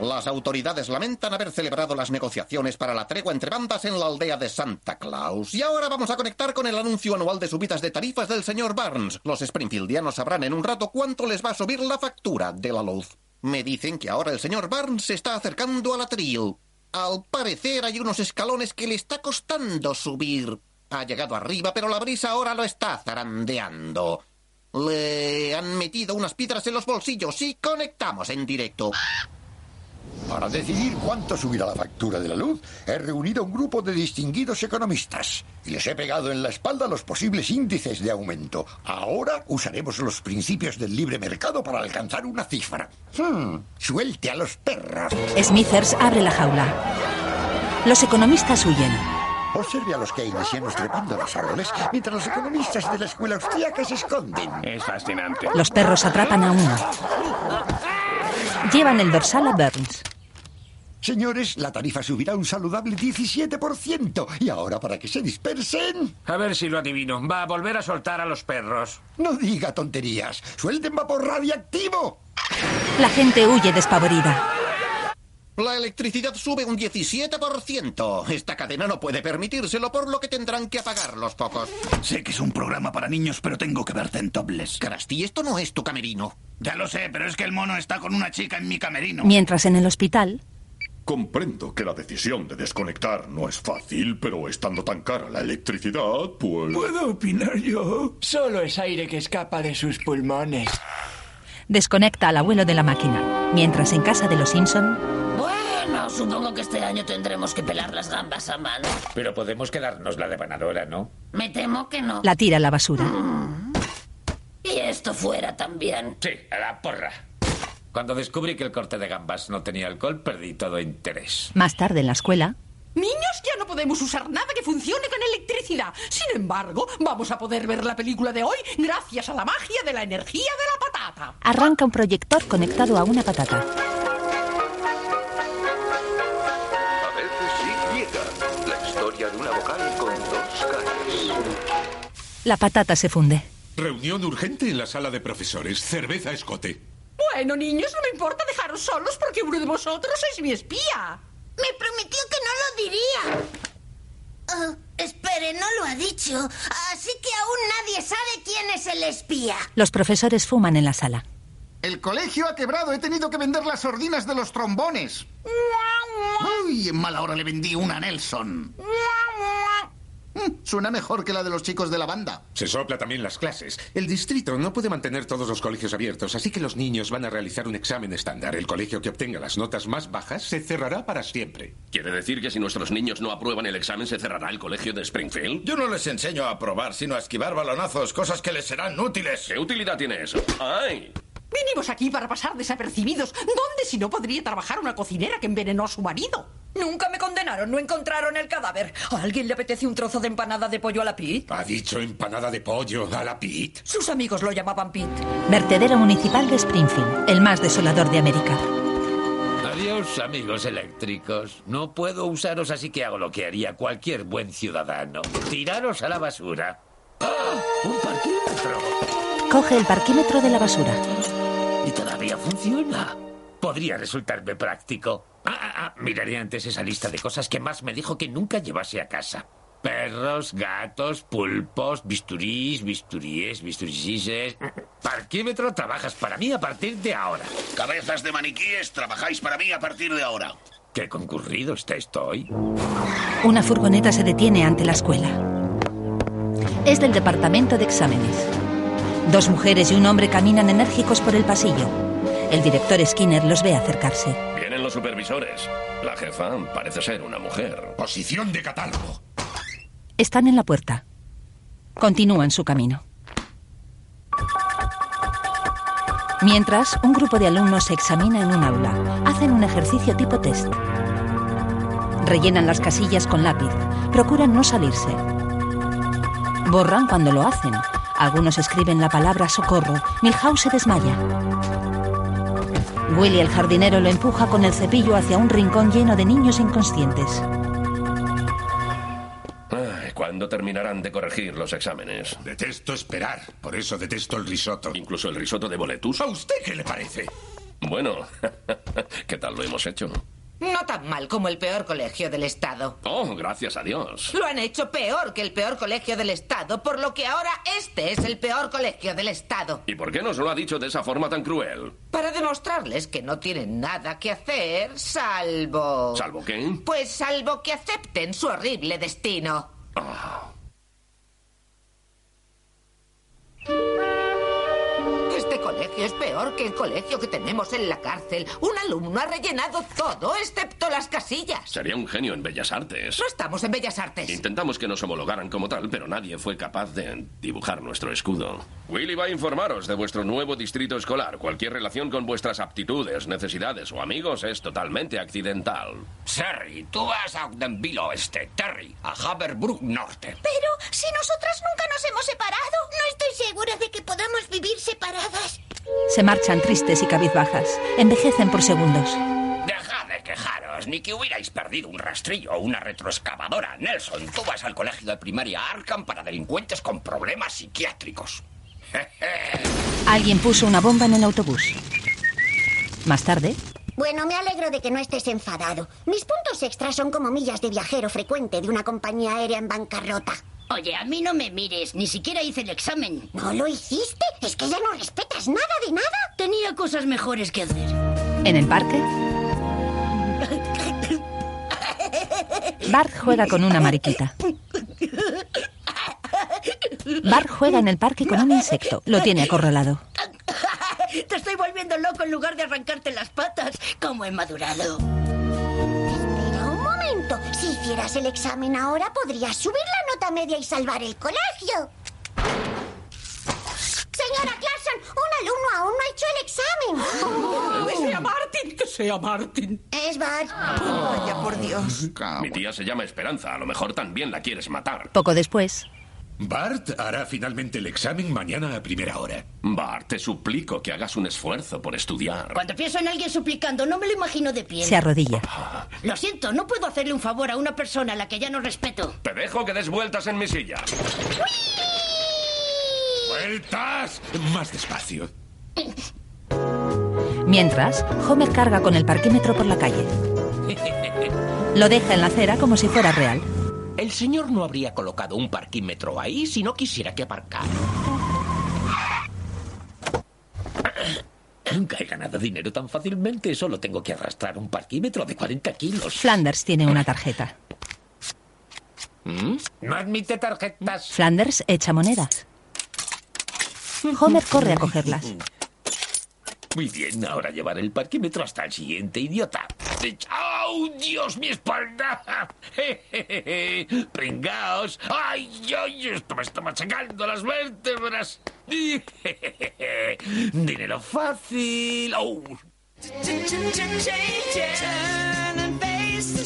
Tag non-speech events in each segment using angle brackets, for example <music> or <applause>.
Las autoridades lamentan haber celebrado las negociaciones para la tregua entre bandas en la aldea de Santa Claus. Y ahora vamos a conectar con el anuncio anual de subidas de tarifas del señor Barnes. Los Springfieldianos sabrán en un rato cuánto les va a subir la factura de la luz. Me dicen que ahora el señor Barnes se está acercando al atril. Al parecer hay unos escalones que le está costando subir. Ha llegado arriba, pero la brisa ahora lo está zarandeando. Le han metido unas piedras en los bolsillos y conectamos en directo. Para decidir cuánto subirá la factura de la luz, he reunido a un grupo de distinguidos economistas y les he pegado en la espalda los posibles índices de aumento. Ahora usaremos los principios del libre mercado para alcanzar una cifra. Hmm, suelte a los perros. Smithers abre la jaula. Los economistas huyen. Observe a los keynesianos trepando los árboles mientras los economistas de la escuela austríaca se esconden. Es fascinante. Los perros atrapan a uno. Llevan el dorsal a Burns. Señores, la tarifa subirá un saludable 17%. Y ahora, para que se dispersen... A ver si lo adivino. Va a volver a soltar a los perros. No diga tonterías. Suelten vapor radiactivo. La gente huye despavorida. La electricidad sube un 17%. Esta cadena no puede permitírselo, por lo que tendrán que apagar los pocos. Sé que es un programa para niños, pero tengo que verte en tobles. Krusty, esto no es tu camerino. Ya lo sé, pero es que el mono está con una chica en mi camerino. Mientras en el hospital, Comprendo que la decisión de desconectar no es fácil, pero estando tan cara la electricidad, pues... ¿Puedo opinar yo? Solo es aire que escapa de sus pulmones. desconecta al abuelo de la máquina. Mientras en casa de los Simpson, Bueno, supongo que este año tendremos que pelar las gambas a mano. Pero podemos quedarnos la devanadora, ¿no? Me temo que no. la tira a la basura. Y esto fuera también. Sí, a la porra. Cuando descubrí que el corte de gambas no tenía alcohol, perdí todo interés. Más tarde en la escuela, Niños, ya no podemos usar nada que funcione con electricidad. Sin embargo, vamos a poder ver la película de hoy gracias a la magia de la energía de la patata. arranca un proyector conectado a una patata. A veces sí llega la historia de una vocal con dos caras. La patata se funde. Reunión urgente en la sala de profesores. Cerveza escote. Bueno, niños, no me importa dejaros solos porque uno de vosotros es mi espía. Me prometió que no lo diría. Ah, espere, no lo ha dicho. Así que aún nadie sabe quién es el espía. Los profesores fuman en la sala. El colegio ha quebrado, he tenido que vender las sordinas de los trombones. Uy, en mala hora le vendí una a Nelson. Mm, Suena mejor que la de los chicos de la banda. Se sopla también las clases. El distrito no puede mantener todos los colegios abiertos, así que los niños van a realizar un examen estándar. El colegio que obtenga las notas más bajas se cerrará para siempre. ¿Quiere decir que si nuestros niños no aprueban el examen se cerrará el colegio de Springfield? Yo no les enseño a probar, sino a esquivar balonazos, cosas que les serán útiles. ¿Qué utilidad tiene eso? ¡Ay! Vinimos aquí para pasar desapercibidos. ¿Dónde si no podría trabajar una cocinera que envenenó a su marido? Nunca me condenaron, no encontraron el cadáver. ¿A alguien le apetece un trozo de empanada de pollo a la Pit? Ha dicho empanada de pollo a la pit. Sus amigos lo llamaban Pit. Vertedero municipal de Springfield, el más desolador de América. Adiós, amigos eléctricos. No puedo usaros, así que hago lo que haría cualquier buen ciudadano. Tiraros a la basura. ¡Ah! ¡Un parquímetro! Coge el parquímetro de la basura. Y todavía funciona. Podría resultarme práctico. Ah, ah, ah, miraré antes esa lista de cosas que más me dijo que nunca llevase a casa. Perros, gatos, pulpos, bisturís, bisturíes, bisturises... Parquímetro, trabajas para mí a partir de ahora. Cabezas de maniquíes, trabajáis para mí a partir de ahora. Qué concurrido está esto hoy. Una furgoneta se detiene ante la escuela. Es del departamento de exámenes. Dos mujeres y un hombre caminan enérgicos por el pasillo. El director Skinner los ve acercarse. Vienen los supervisores. La jefa parece ser una mujer. Posición de catálogo. Están en la puerta. Continúan su camino. Mientras, un grupo de alumnos se examina en un aula. Hacen un ejercicio tipo test. Rellenan las casillas con lápiz. Procuran no salirse. Borran cuando lo hacen. Algunos escriben la palabra socorro. Milhouse se desmaya. Willy, el jardinero, lo empuja con el cepillo hacia un rincón lleno de niños inconscientes. Ay, ¿Cuándo terminarán de corregir los exámenes? Detesto esperar. Por eso detesto el risotto. Incluso el risotto de boletus. ¿A usted qué le parece? Bueno, <laughs> ¿qué tal lo hemos hecho? No tan mal como el peor colegio del Estado. Oh, gracias a Dios. Lo han hecho peor que el peor colegio del Estado, por lo que ahora este es el peor colegio del Estado. ¿Y por qué nos lo ha dicho de esa forma tan cruel? Para demostrarles que no tienen nada que hacer, salvo... ¿Salvo qué? Pues salvo que acepten su horrible destino. Ah, Este colegio es peor que el colegio que tenemos en la cárcel. Un alumno ha rellenado todo, excepto las casillas. sería un genio en Bellas Artes. No estamos en Bellas Artes. Intentamos que nos homologaran como tal, pero nadie fue capaz de dibujar nuestro escudo. Willy va a informaros de vuestro nuevo distrito escolar. Cualquier relación con vuestras aptitudes, necesidades o amigos es totalmente accidental. Terry, tú vas a Ogdenville Oeste, Terry, a Haverbrook Norte. Pero si nosotras nunca nos hemos separado, no estoy segura de que podamos vivir separadas. Se marchan tristes y cabizbajas. Envejecen por segundos. Dejad de quejaros, ni que hubierais perdido un rastrillo o una retroexcavadora. Nelson, tú vas al colegio de primaria Arkham para delincuentes con problemas psiquiátricos. Alguien puso una bomba en el autobús. Más tarde, Bueno, me alegro de que no estés enfadado. Mis puntos extras son como millas de viajero frecuente de una compañía aérea en bancarrota. Oye, a mí no me mires, ni siquiera hice el examen. ¿No lo hiciste? Es que ya no respetas nada de nada. Tenía cosas mejores que hacer. en el parque, Bart juega con una mariquita. Bart juega en el parque con un insecto. Lo tiene acorralado. Te estoy volviendo loco en lugar de arrancarte las patas. ¿Cómo he madurado? Espera un momento. Si hicieras el examen ahora, podrías subir la nota media y salvar el colegio. Señora Clarkson, un alumno aún no ha hecho el examen. Pues Que sea Martin, que sea Martin. Es Bart. Vaya por Dios. Mi tía se llama Esperanza. A lo mejor también la quieres matar. Poco después, Bart hará finalmente el examen mañana a primera hora. Bart, te suplico que hagas un esfuerzo por estudiar. Cuando pienso en alguien suplicando, no me lo imagino de pie. se arrodilla. Lo siento, no puedo hacerle un favor a una persona a la que ya no respeto. Te dejo que des vueltas en mi silla. ¡Vueltas! Más despacio. Mientras, Homer carga con el parquímetro por la calle. Lo deja en la acera como si fuera real. El señor no habría colocado un parquímetro ahí si no quisiera que aparcara. Nunca he ganado dinero tan fácilmente. Solo tengo que arrastrar un parquímetro de 40 kilos. Flanders tiene una tarjeta. ¿Mm? No admite tarjetas. Flanders echa monedas. Homer corre a cogerlas. Muy bien, ahora llevar el parquímetro hasta el siguiente idiota. ¡Oh, Dios, mi espalda! <laughs> ¡Pringaos! ¡Ay, ay, esto me está machacando las vértebras! <laughs> ¡Dinero fácil! ¡Oh!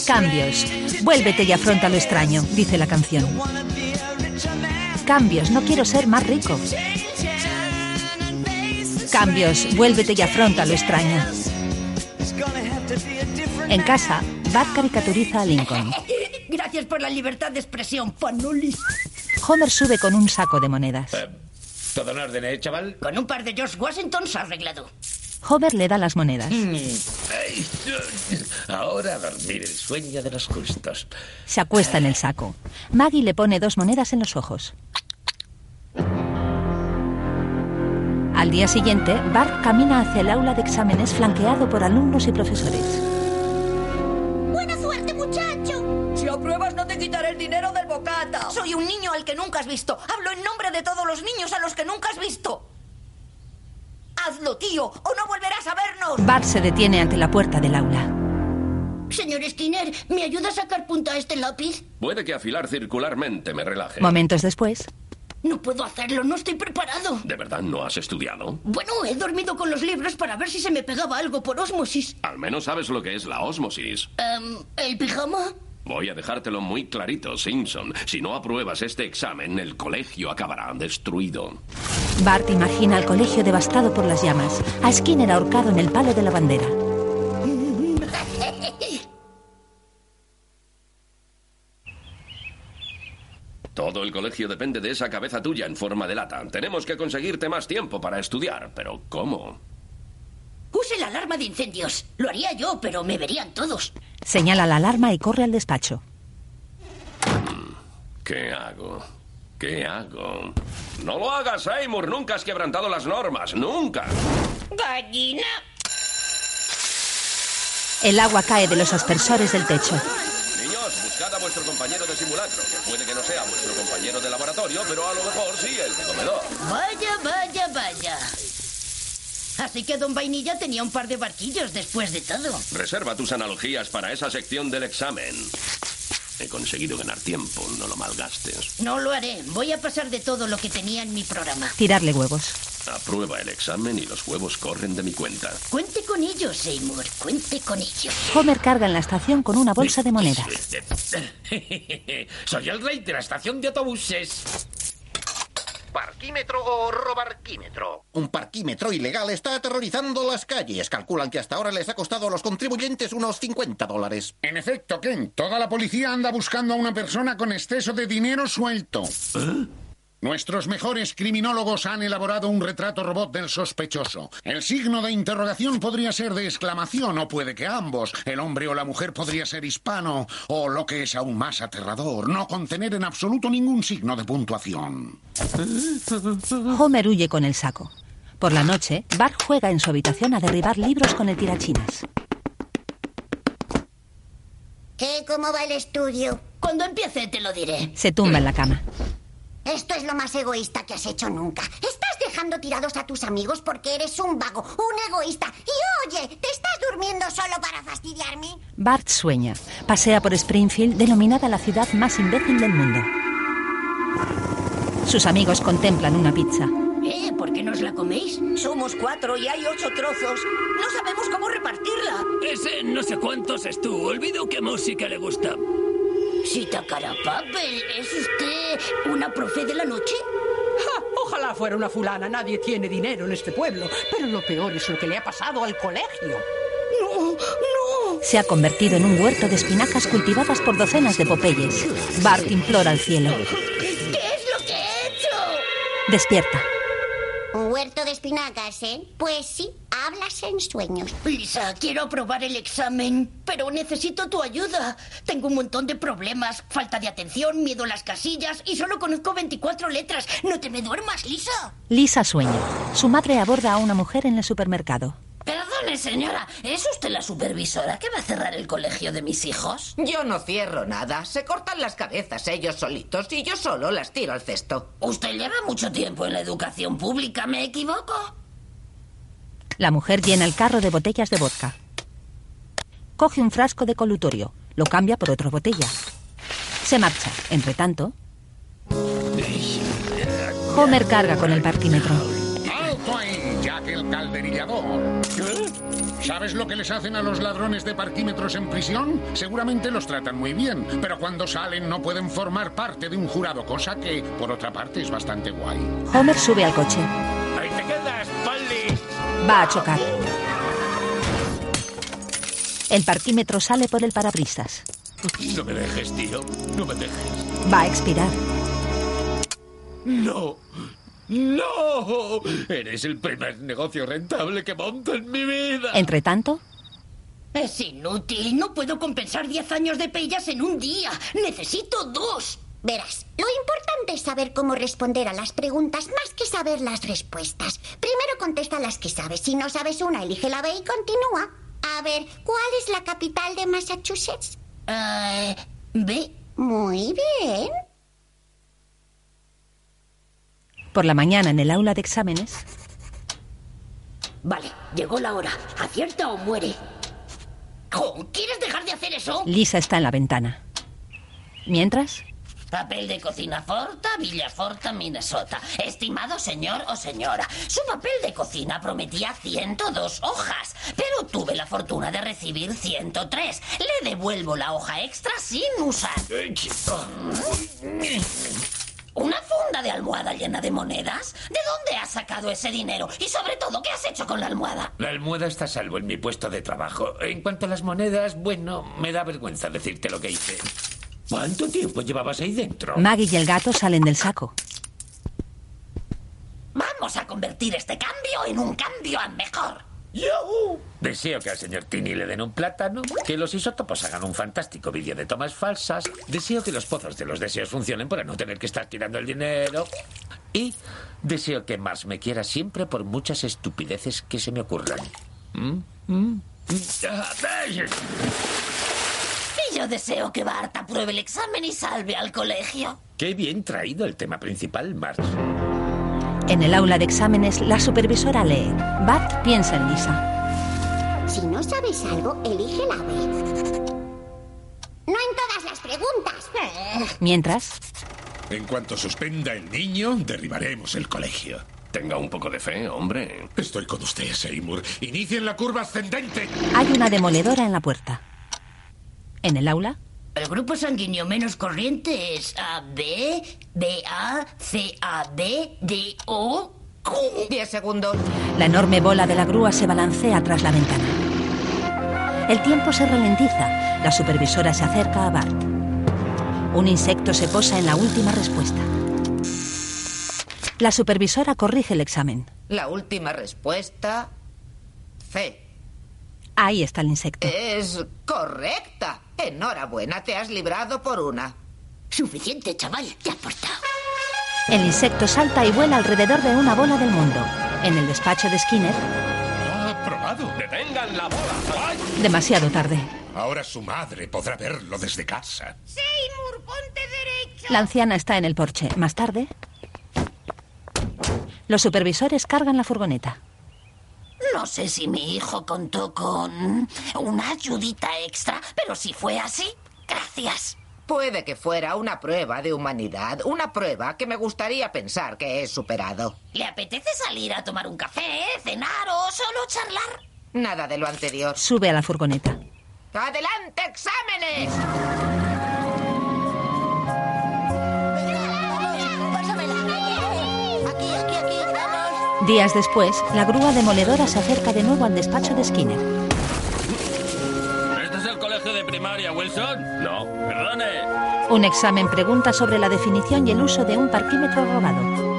Cambios. Vuélvete y afronta lo extraño, dice la canción. Cambios. No quiero ser más rico. Cambios. Vuélvete y afronta lo extraño. En casa, Bart caricaturiza a Lincoln. Gracias por la libertad de expresión, Fanoli. Homer sube con un saco de monedas. Em, Todo en orden, ¿eh, chaval? Con un par de George Washington se ha arreglado. Homer le da las monedas. Ay, ahora a dormir el sueño de los justos. Se acuesta en el saco. Maggie le pone dos monedas en los ojos. Al día siguiente, Bart camina hacia el aula de exámenes flanqueado por alumnos y profesores. Buena suerte, muchacho. Si apruebas, no te quitaré el dinero del bocata. Soy un niño al que nunca has visto. Hablo en nombre de todos los niños a los que nunca has visto. Hazlo, tío, o no volverás a vernos. Bart se detiene ante la puerta del aula. Señor Skinner, ¿me ayuda a sacar punta a este lápiz? Puede que afilar circularmente me relaje. Momentos después, No puedo hacerlo, no estoy preparado. ¿De verdad no has estudiado? Bueno, he dormido con los libros para ver si se me pegaba algo por osmosis. Al menos sabes lo que es la osmosis. Em, ¿El pijama? Voy a dejártelo muy clarito, Simpson. Si no apruebas este examen, el colegio acabará destruido. Bart imagina al colegio devastado por las llamas, a Skinner ahorcado en el palo de la bandera. Todo el colegio depende de esa cabeza tuya en forma de lata. Tenemos que conseguirte más tiempo para estudiar, pero ¿cómo? Use la alarma de incendios. Lo haría yo, pero me verían todos. Señala la alarma y corre al despacho. ¿Qué hago? ¿Qué hago? No lo hagas, Seymour. Nunca has quebrantado las normas. Nunca. ¡Gallina! El agua cae de los aspersores del techo. Niños, buscad a vuestro compañero de simulacro, que puede que no sea vuestro compañero de laboratorio, pero a lo mejor sí el de comedor. Vaya, vaya, vaya. Así que Don Vainilla tenía un par de barquillos después de todo. Reserva tus analogías para esa sección del examen. He conseguido ganar tiempo, no lo malgastes. No lo haré. Voy a pasar de todo lo que tenía en mi programa. Tirarle huevos. Aprueba el examen y los huevos corren de mi cuenta. Cuente con ellos, Seymour. Cuente con ellos. Homer carga en la estación con una bolsa de monedas. <laughs> Soy el rey de la estación de autobuses. ¿Parquímetro o robarquímetro? Un parquímetro ilegal está aterrorizando las calles. Calculan que hasta ahora les ha costado a los contribuyentes unos 50 dólares. En efecto, Ken, toda la policía anda buscando a una persona con exceso de dinero suelto. ¿Eh? Nuestros mejores criminólogos han elaborado un retrato robot del sospechoso. El signo de interrogación podría ser de exclamación, o puede que ambos. El hombre o la mujer podría ser hispano, o lo que es aún más aterrador, no contener en absoluto ningún signo de puntuación. Homer huye con el saco. Por la noche, Bart juega en su habitación a derribar libros con el tirachinas. ¿Qué? ¿Cómo va el estudio? Cuando empiece te lo diré. Se tumba en la cama. Esto es lo más egoísta que has hecho nunca. Estás dejando tirados a tus amigos porque eres un vago, un egoísta. Y oye, ¿te estás durmiendo solo para fastidiarme? Bart sueña. Pasea por Springfield, denominada la ciudad más imbécil del mundo. Sus amigos contemplan una pizza. ¿Eh? ¿Por qué no os la coméis? Somos cuatro y hay ocho trozos. No sabemos cómo repartirla. Ese no sé cuántos es tú. Olvido qué música le gusta. Sita Carapapel, ¿es usted una profe de la noche? ¡Ja! <laughs> Ojalá fuera una fulana. Nadie tiene dinero en este pueblo. Pero lo peor es lo que le ha pasado al colegio. No, no. Se ha convertido en un huerto de espinacas cultivadas por docenas de popeyes. Bart implora al cielo. ¿Qué es lo que he hecho? Despierta. Un huerto de espinacas, ¿eh? Pues sí, hablas en sueños. Lisa, quiero aprobar el examen, pero necesito tu ayuda. Tengo un montón de problemas, falta de atención, miedo a las casillas y solo conozco 24 letras. No te me duermas, Lisa. Lisa sueña. Su madre aborda a una mujer en el supermercado. Perdone, señora, ¿es usted la supervisora que va a cerrar el colegio de mis hijos? Yo no cierro nada. Se cortan las cabezas ellos solitos y yo solo las tiro al cesto. Usted lleva mucho tiempo en la educación pública, ¿me equivoco? La mujer llena el carro de botellas de vodka. Coge un frasco de colutorio, lo cambia por otra botella. Se marcha. Entre tanto, Homer carga con el parquímetro. ¡Alto ahí, Jack el calderillador! ¿Sabes lo que les hacen a los ladrones de parquímetros en prisión? Seguramente los tratan muy bien, pero cuando salen no pueden formar parte de un jurado, cosa que, por otra parte, es bastante guay. Homer sube al coche. Ahí te quedas, Polly. Va a chocar. El parquímetro sale por el parabrisas. No me dejes, tío. No me dejes. Va a expirar. No. No. Eres el primer negocio rentable que monto en mi vida. Entre tanto, Es inútil, no puedo compensar 10 años de pellas en un día. Necesito dos. Verás, lo importante es saber cómo responder a las preguntas más que saber las respuestas. Primero contesta las que sabes. Si no sabes una, elige la B y continúa. A ver, ¿cuál es la capital de Massachusetts? Eh, B. Muy bien. por la mañana en el aula de exámenes, Vale, llegó la hora. Acierta o muere. Jo, ¿Quieres dejar de hacer eso? Lisa está en la ventana. Mientras, Papel de cocina Forta, Villaforta, Minnesota. Estimado señor o señora, su papel de cocina prometía 102 hojas, pero tuve la fortuna de recibir 103. Le devuelvo la hoja extra sin usar. ¿Una funda de almohada llena de monedas? ¿De dónde has sacado ese dinero? Y sobre todo, ¿qué has hecho con la almohada? La almohada está a salvo en mi puesto de trabajo. En cuanto a las monedas, bueno, me da vergüenza decirte lo que hice. ¿Cuánto tiempo llevabas ahí dentro? Maggie y el gato salen del saco. Vamos a convertir este cambio en un cambio a mejor. Deseo que al señor Tini le den un plátano, que los isótopos hagan un fantástico vídeo de tomas falsas. Deseo que los pozos de los deseos funcionen para no tener que estar tirando el dinero. Y deseo que Mars me quiera siempre por muchas estupideces que se me ocurran. ¿Mm? ¿Mm? Y yo deseo que Bart apruebe el examen y salve al colegio. Qué bien traído el tema principal, Mars. En el aula de exámenes, la supervisora lee. Bart piensa en Lisa. Si no sabes algo, elige la B. No en todas las preguntas. Eh, Mientras, En cuanto suspenda el niño, derribaremos el colegio. Tenga un poco de fe, hombre. Estoy con usted, Seymour. Inicien la curva ascendente. hay una demoledora en la puerta. En el aula, El grupo sanguíneo menos corriente es AB, BA, CAB, DO. 10 segundos. la enorme bola de la grúa se balancea tras la ventana. El tiempo se ralentiza. La supervisora se acerca a Bart. Un insecto se posa en la última respuesta. La supervisora corrige el examen. La última respuesta. C. Ahí está el insecto. Es correcta. Enhorabuena, te has librado por una. Suficiente, chaval, ya aporta. El insecto salta y vuela alrededor de una bola del mundo. En el despacho de Skinner, ¡Aprobado! Ah, ¡Detengan la bola! demasiado tarde. Ahora su madre podrá verlo desde casa. La anciana está en el porche. Más tarde, los supervisores cargan la furgoneta. No sé si mi hijo contó con una ayudita extra, pero si fue así, gracias. Puede que fuera una prueba de humanidad, una prueba que me gustaría pensar que he superado. ¿Le apetece salir a tomar un café, cenar o solo charlar? Nada de lo anterior. Sube a la furgoneta. ¡Adelante, exámenes! Aquí, aquí, aquí estamos. Días después, la grúa demoledora se acerca de nuevo al despacho de Skinner. ¿Este es el colegio de primaria, Wilson? No. Perdone. Un examen pregunta sobre la definición y el uso de un parquímetro robado.